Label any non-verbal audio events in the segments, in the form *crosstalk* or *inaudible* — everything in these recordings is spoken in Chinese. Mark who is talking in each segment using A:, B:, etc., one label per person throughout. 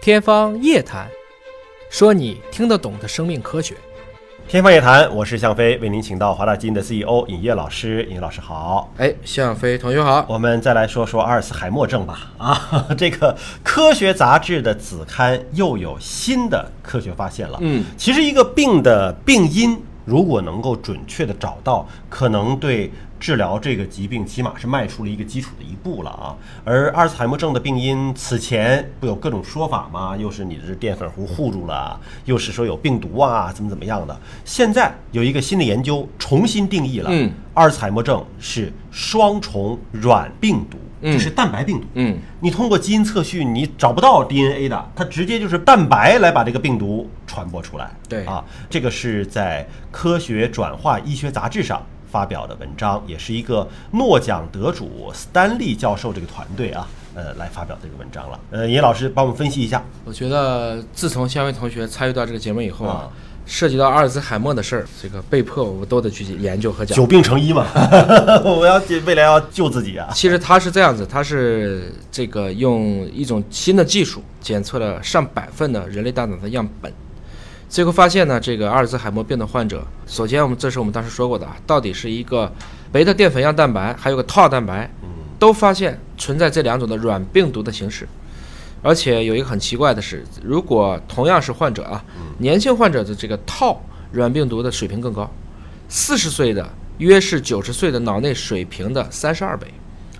A: 天方夜谭，说你听得懂的生命科学。
B: 天方夜谭，我是向飞，为您请到华大基因的 CEO 尹烨老师。尹烨老师好，
C: 哎，向飞同学好。
B: 我们再来说说阿尔茨海默症吧。啊， *laughs* 这个科学杂志的子刊又有新的科学发现了。
C: 嗯，
B: 其实一个病的病因如果能够准确的找到，可能对治疗这个疾病起码是迈出了一个基础的一步了啊。而阿尔茨海默症的病因，此前不有各种说法吗？又是你的淀粉糊糊住了啊，又是说有病毒啊，怎么怎么样的。现在有一个新的研究重新定义了，
C: 嗯，
B: 阿尔茨海默症是双重软病毒，
C: 嗯
B: 就是蛋白病毒，
C: 嗯，
B: 你通过基因测序你找不到 DNA 的，它直接就是蛋白来把这个病毒传播出来。
C: 对
B: 啊，这个是在《科学转化医学杂志》上发表的文章，也是一个诺奖得主斯丹利教授这个团队啊，呃，来发表这个文章了。呃，尹老师帮我们分析一下。
C: 我觉得自从向飞同学参与到这个节目以后
B: 啊
C: 啊，涉及到阿尔兹海默的事儿，这个被迫我们都得去研究和讲
B: 久。病成医嘛， *laughs* 我要未来要救自己啊！
C: *laughs* 其实它是这样子，它是这个用一种新的技术检测了上百份的人类大脑的样本，最后发现呢，这个阿尔兹海默病的患者，首先我们这是我们当时说过的啊，到底是一个贝塔淀粉样蛋白，还有个 tau 蛋白，都发现存在这两种的软病毒的形式。而且有一个很奇怪的是，如果同样是患者啊，年轻患者的这个 tau 软病毒的水平更高，四十岁的约是九十岁的脑内水平的三十二倍。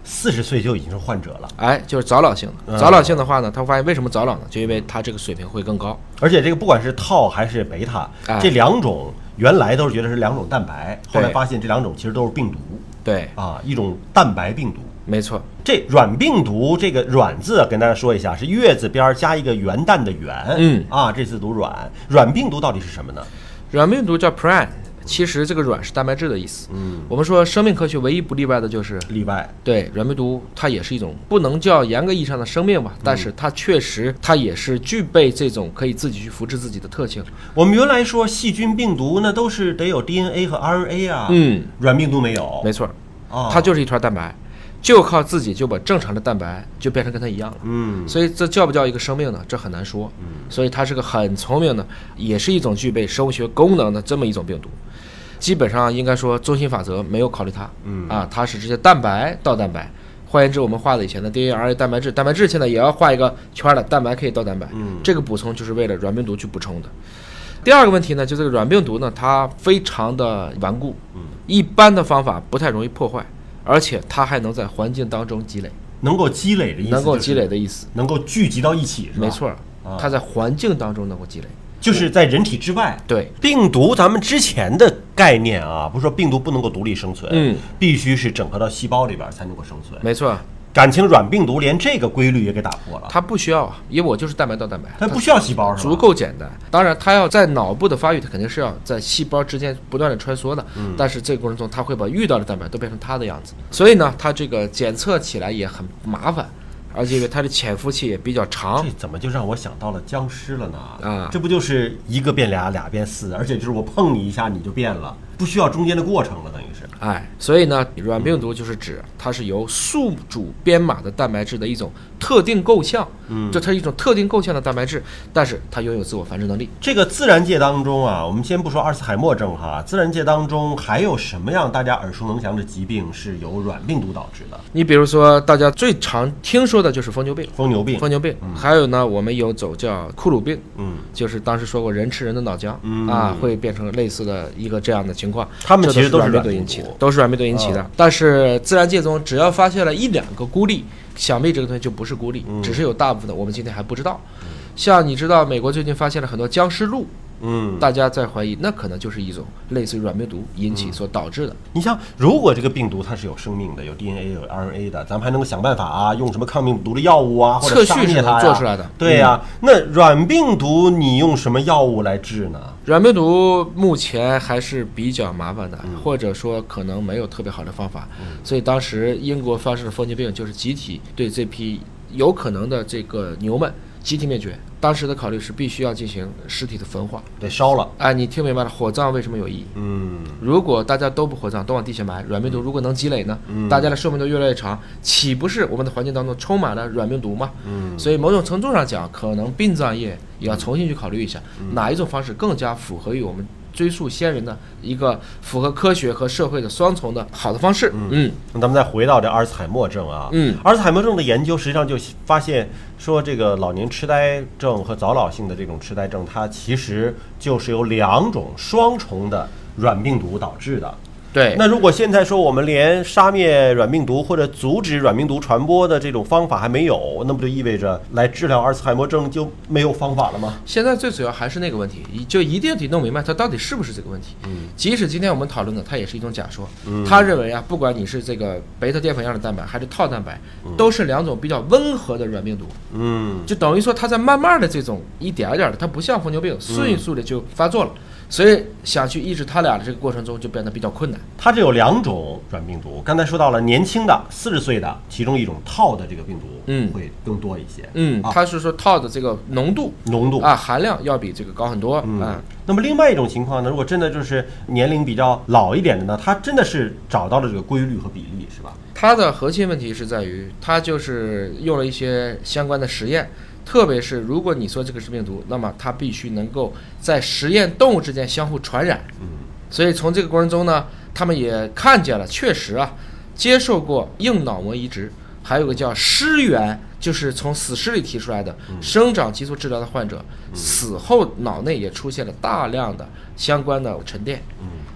B: 四十岁就已经是患者了，
C: 哎，就是早老性
B: 嗯
C: 的。早老性的话呢，他发现为什么早老呢？就因为他这个水平会更高。
B: 而且这个不管是套还是贝塔，
C: 哎
B: 这两种原来都是觉得是两种蛋白，
C: 对
B: 后来发现这两种其实都是病毒
C: 对，
B: 啊，一种蛋白病毒。
C: 没错，
B: 这软病毒这个“软”字啊，跟大家说一下，是月字边儿加一个元旦的“元”，
C: 嗯
B: 啊，这次读软。软病毒到底是什么呢？
C: 软病毒叫 prime，其实这个软是蛋白质的意思。
B: 嗯，
C: 我们说生命科学唯一不例外的就是，
B: 例外，
C: 对软病毒它也是一种不能叫严格意义上的生命
B: 嗯
C: 吧，但是它确实它也是具备这种可以自己去复制自己的特性。
B: 我们原来说细菌、病毒那都是得有 DNA 和 RNA 啊，
C: 嗯，
B: 软病毒没有，
C: 没错，
B: 啊，
C: 它就是一团蛋白，就靠自己就把正常的蛋白就变成跟它一样了。
B: 嗯
C: 所以这叫不叫一个生命呢？这很难说。所以它是个很聪明的，也是一种具备生物学功能的这么一种病毒。基本上应该说中心法则没有考虑它，
B: 嗯
C: 啊，它是直接蛋白到蛋白。换言之，我们画的以前的 DNA、RNA 蛋白质，蛋白质现在也要画一个圈儿了，蛋白可以到蛋白。
B: 嗯
C: 这个补充就是为了软病毒去补充的。第二个问题呢，就这个软病毒呢，它非常的顽固，
B: 嗯
C: 一般的方法不太容易破坏，而且它还能在环境当中积累，
B: 能够积累的意思，
C: 能够积累，的意思。
B: 能够聚集到一起，是吧？
C: 没，错儿
B: 啊，
C: 它在环境当中能够积累。
B: 就是在人体之外，
C: 对，
B: 病毒，咱们之前的概念啊，不是说病毒不能够独立生存，
C: 嗯，
B: 必须是整合到细胞里边儿才能够生存。
C: 没错儿，
B: 感情软病毒连这个规律也给打破了，
C: 它不需要啊，因为我就是蛋白到蛋白，
B: 它不需要细胞是吧？
C: 足够简单。当然，它要在脑部的发育，它肯定是要在细胞之间不断的穿梭的。
B: 嗯
C: 但是这个过程中，它会把遇到的蛋白都变成它的样子。所以呢，它这个检测起来也很麻烦，而且因为它的潜伏期也比较长
B: 这。怎么就让我想到了僵尸了呢？
C: 啊
B: 这不就是一个变俩，俩变四，而且就是我碰你一下你就变了，不需要中间的过程了，等于是。
C: 哎，所以呢，软病毒就是指它是由宿主编码的蛋白质的一种特定构象，嗯，就它是一种特定构象的蛋白质，但是它拥有自我繁殖能力。
B: 这个自然界当中啊，我们先不说阿尔茨海默症哈，自然界当中还有什么样大家耳熟能详的疾病是由软病毒导致的？
C: 你比如说，大家最常听说的就是疯牛病，
B: 疯牛病，
C: 疯牛病，还有呢，我们有走叫库鲁病，
B: 嗯，
C: 就是当时说过人吃人的脑浆、
B: 嗯
C: 啊，会变成类似的一个这样的情况。
B: 他们
C: 这
B: 其实都是
C: 软病毒
B: 软病
C: 引起的
B: 毒，啊
C: 都是软病毒引起的。但是自然界中，只要发现了一两个孤立，想必这个东西就不是孤立，
B: 嗯
C: 只是有大部分的我们今天还不知道。像你知道，美国最近发现了很多僵尸鹿，
B: 嗯，
C: 大家在怀疑那可能就是一种类似于软病毒引起所导致的。
B: 你像，如果这个病毒它是有生命的，有 DNA 有 RNA 的，咱们还能够想办法啊，用什么抗病毒的药物啊，或者
C: 测序
B: 杀灭
C: 是能
B: 它呀
C: 做出来的嗯
B: 对呀、那软病毒你用什么药物来治呢？
C: 软病毒目前还是比较麻烦的，或者说可能没有特别好的方法，所以当时英国发生的疯牛病就是集体对这批有可能的这个牛们集体灭绝。当时的考虑是必须要进行尸体的焚化。
B: 得烧了。
C: 哎，你听明白了，火葬为什么有意义？
B: 嗯，
C: 如果大家都不火葬，都往地下埋，软病毒如果能积累呢，大家的寿命就越来越长，岂不是我们的环境当中充满了软病毒吗？
B: 嗯
C: 所以某种程度上讲，可能殡葬业也要重新去考虑一下，哪一种方式更加符合于我们追溯先人的一个符合科学和社会的双重的好的方式。嗯
B: 那咱们再回到这阿尔茨海默症啊，
C: 嗯，
B: 阿尔茨海默症的研究实际上就发现说，这个老年痴呆症和早老性的这种痴呆症，它其实就是由两种双重的软病毒导致的。
C: 对，
B: 那如果现在说我们连杀灭软病毒或者阻止软病毒传播的这种方法还没有，那不就意味着来治疗阿尔茨海默症就没有方法了吗？
C: 现在最主要还是那个问题，一就一定得弄明白它到底是不是这个问题。嗯，即使今天我们讨论的，它也是一种假说。嗯，他认为啊，不管你是这个贝塔淀粉样的蛋白还是套蛋白，都是两种比较温和的软病毒，
B: 嗯
C: 就等于说它在慢慢的这种一点儿一点的，它不像疯牛病迅速的就发作了。所以想去抑制它俩的这个过程中就变得比较困难。
B: 它这有两种软病毒，刚才说到了年轻的四十岁的，其中一种套的这个病毒，
C: 嗯
B: 会更多一些，
C: 嗯，
B: 啊
C: 他是说套的这个浓度
B: 浓度
C: 啊含量要比这个高很多啊。
B: 那么另外一种情况呢，如果真的就是年龄比较老一点的呢，他真的是找到了这个规律和比例，是吧？
C: 它的核心问题是在于，它就是用了一些相关的实验，特别是如果你说这个是病毒，那么它必须能够在实验动物之间相互传染。嗯，所以从这个过程中呢，他们也看见了，确实啊，接受过硬脑膜移植，还有个叫尸源，就是从死尸里提出来的生长激素治疗的患者，死后脑内也出现了大量的相关的沉淀。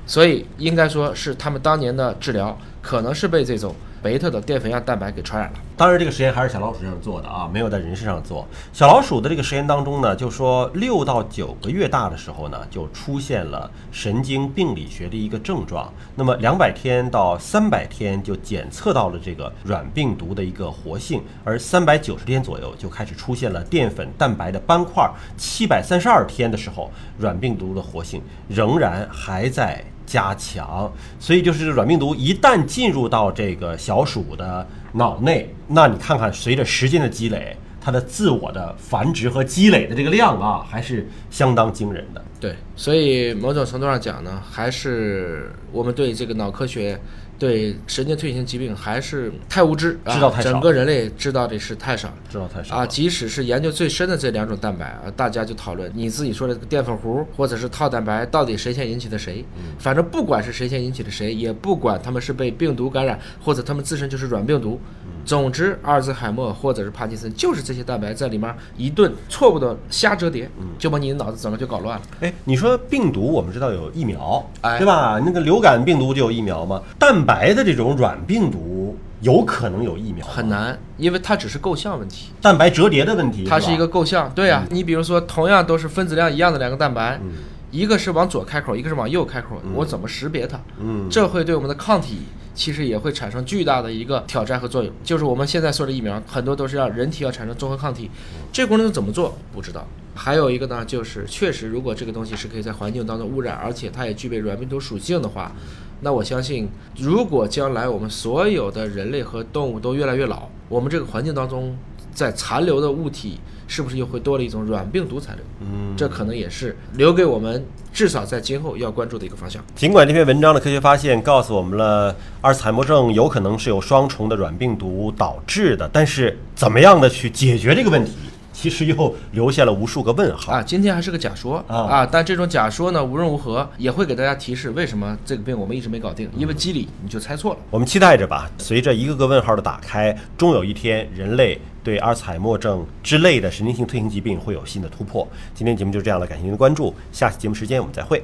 C: 所以应该说是他们当年的治疗可能是被这种贝塔的淀粉样蛋白给传染了。
B: 当然，这个实验还是小老鼠身上做的啊，没有在人身上做。小老鼠的这个实验当中呢，就说六到九个月大的时候呢，就出现了神经病理学的一个症状。那么两百天到三百天就检测到了这个软病毒的一个活性，而三百九十天左右就开始出现了淀粉蛋白的斑块。七百三十二天的时候，软病毒的活性仍然还在加强，所以就是软病毒一旦进入到这个小鼠的脑内，那你看看随着时间的积累，它的自我的繁殖和积累的这个量啊，还是相当惊人的。
C: 对，所以某种程度上讲呢，还是我们对这个脑科学、对神经退行性疾病还是太无知，啊
B: 知道太少
C: 整个人类知道的是太少了。
B: 知道太少
C: 啊，
B: 了，
C: 即使是研究最深的这两种蛋白啊，大家就讨论你自己说的这个淀粉糊或者是套蛋白到底谁先引起的谁，
B: 嗯
C: 反正不管是谁先引起的谁，也不管他们是被病毒感染或者他们自身就是软病毒，
B: 嗯
C: 总之阿尔兹海默或者是帕金森就是这些蛋白在里面一顿错误的瞎折叠，
B: 嗯
C: 就把你的脑子整个就搞乱了。
B: 哎，你说病毒我们知道有疫苗，
C: 哎
B: 对吧？那个流感病毒就有疫苗吗？蛋白的这种软病毒有可能有疫苗吗，
C: 很难，因为它只是构象问题，
B: 蛋白折叠的问题，
C: 它
B: 是
C: 是
B: 吧嗯
C: 一个构象。对呀、啊你比如说，同样都是分子量一样的两个蛋白，一个是往左开口，一个是往右开口，我怎么识别它？
B: 嗯
C: 这会对我们的抗体其实也会产生巨大的一个挑战和作用。就是我们现在说的疫苗，很多都是让人体要产生综合抗体，
B: 嗯
C: 这过程中怎么做不知道。还有一个呢，就是确实，如果这个东西是可以在环境当中污染，而且它也具备软病毒属性的话，那我相信，如果将来我们所有的人类和动物都越来越老，我们这个环境当中在残留的物体是不是又会多了一种软病毒残留？嗯，这可能也是留给我们至少在今后要关注的一个方向。
B: 尽管这篇文章的科学发现告诉我们了阿尔茨海默症有可能是由双重的软病毒导致的，但是怎么样的去解决这个问题，其实又留下了无数个问号。
C: 啊，今天还是个假说
B: 啊
C: 但这种假说呢，无论如何也会给大家提示为什么这个病我们一直没搞定，因为机理你就猜错了。
B: 我们期待着吧，随着一个个问号的打开，终有一天人类对阿尔茨海默症之类的神经性退行疾病会有新的突破。今天节目就这样了，感谢您的关注，下期节目时间我们再会。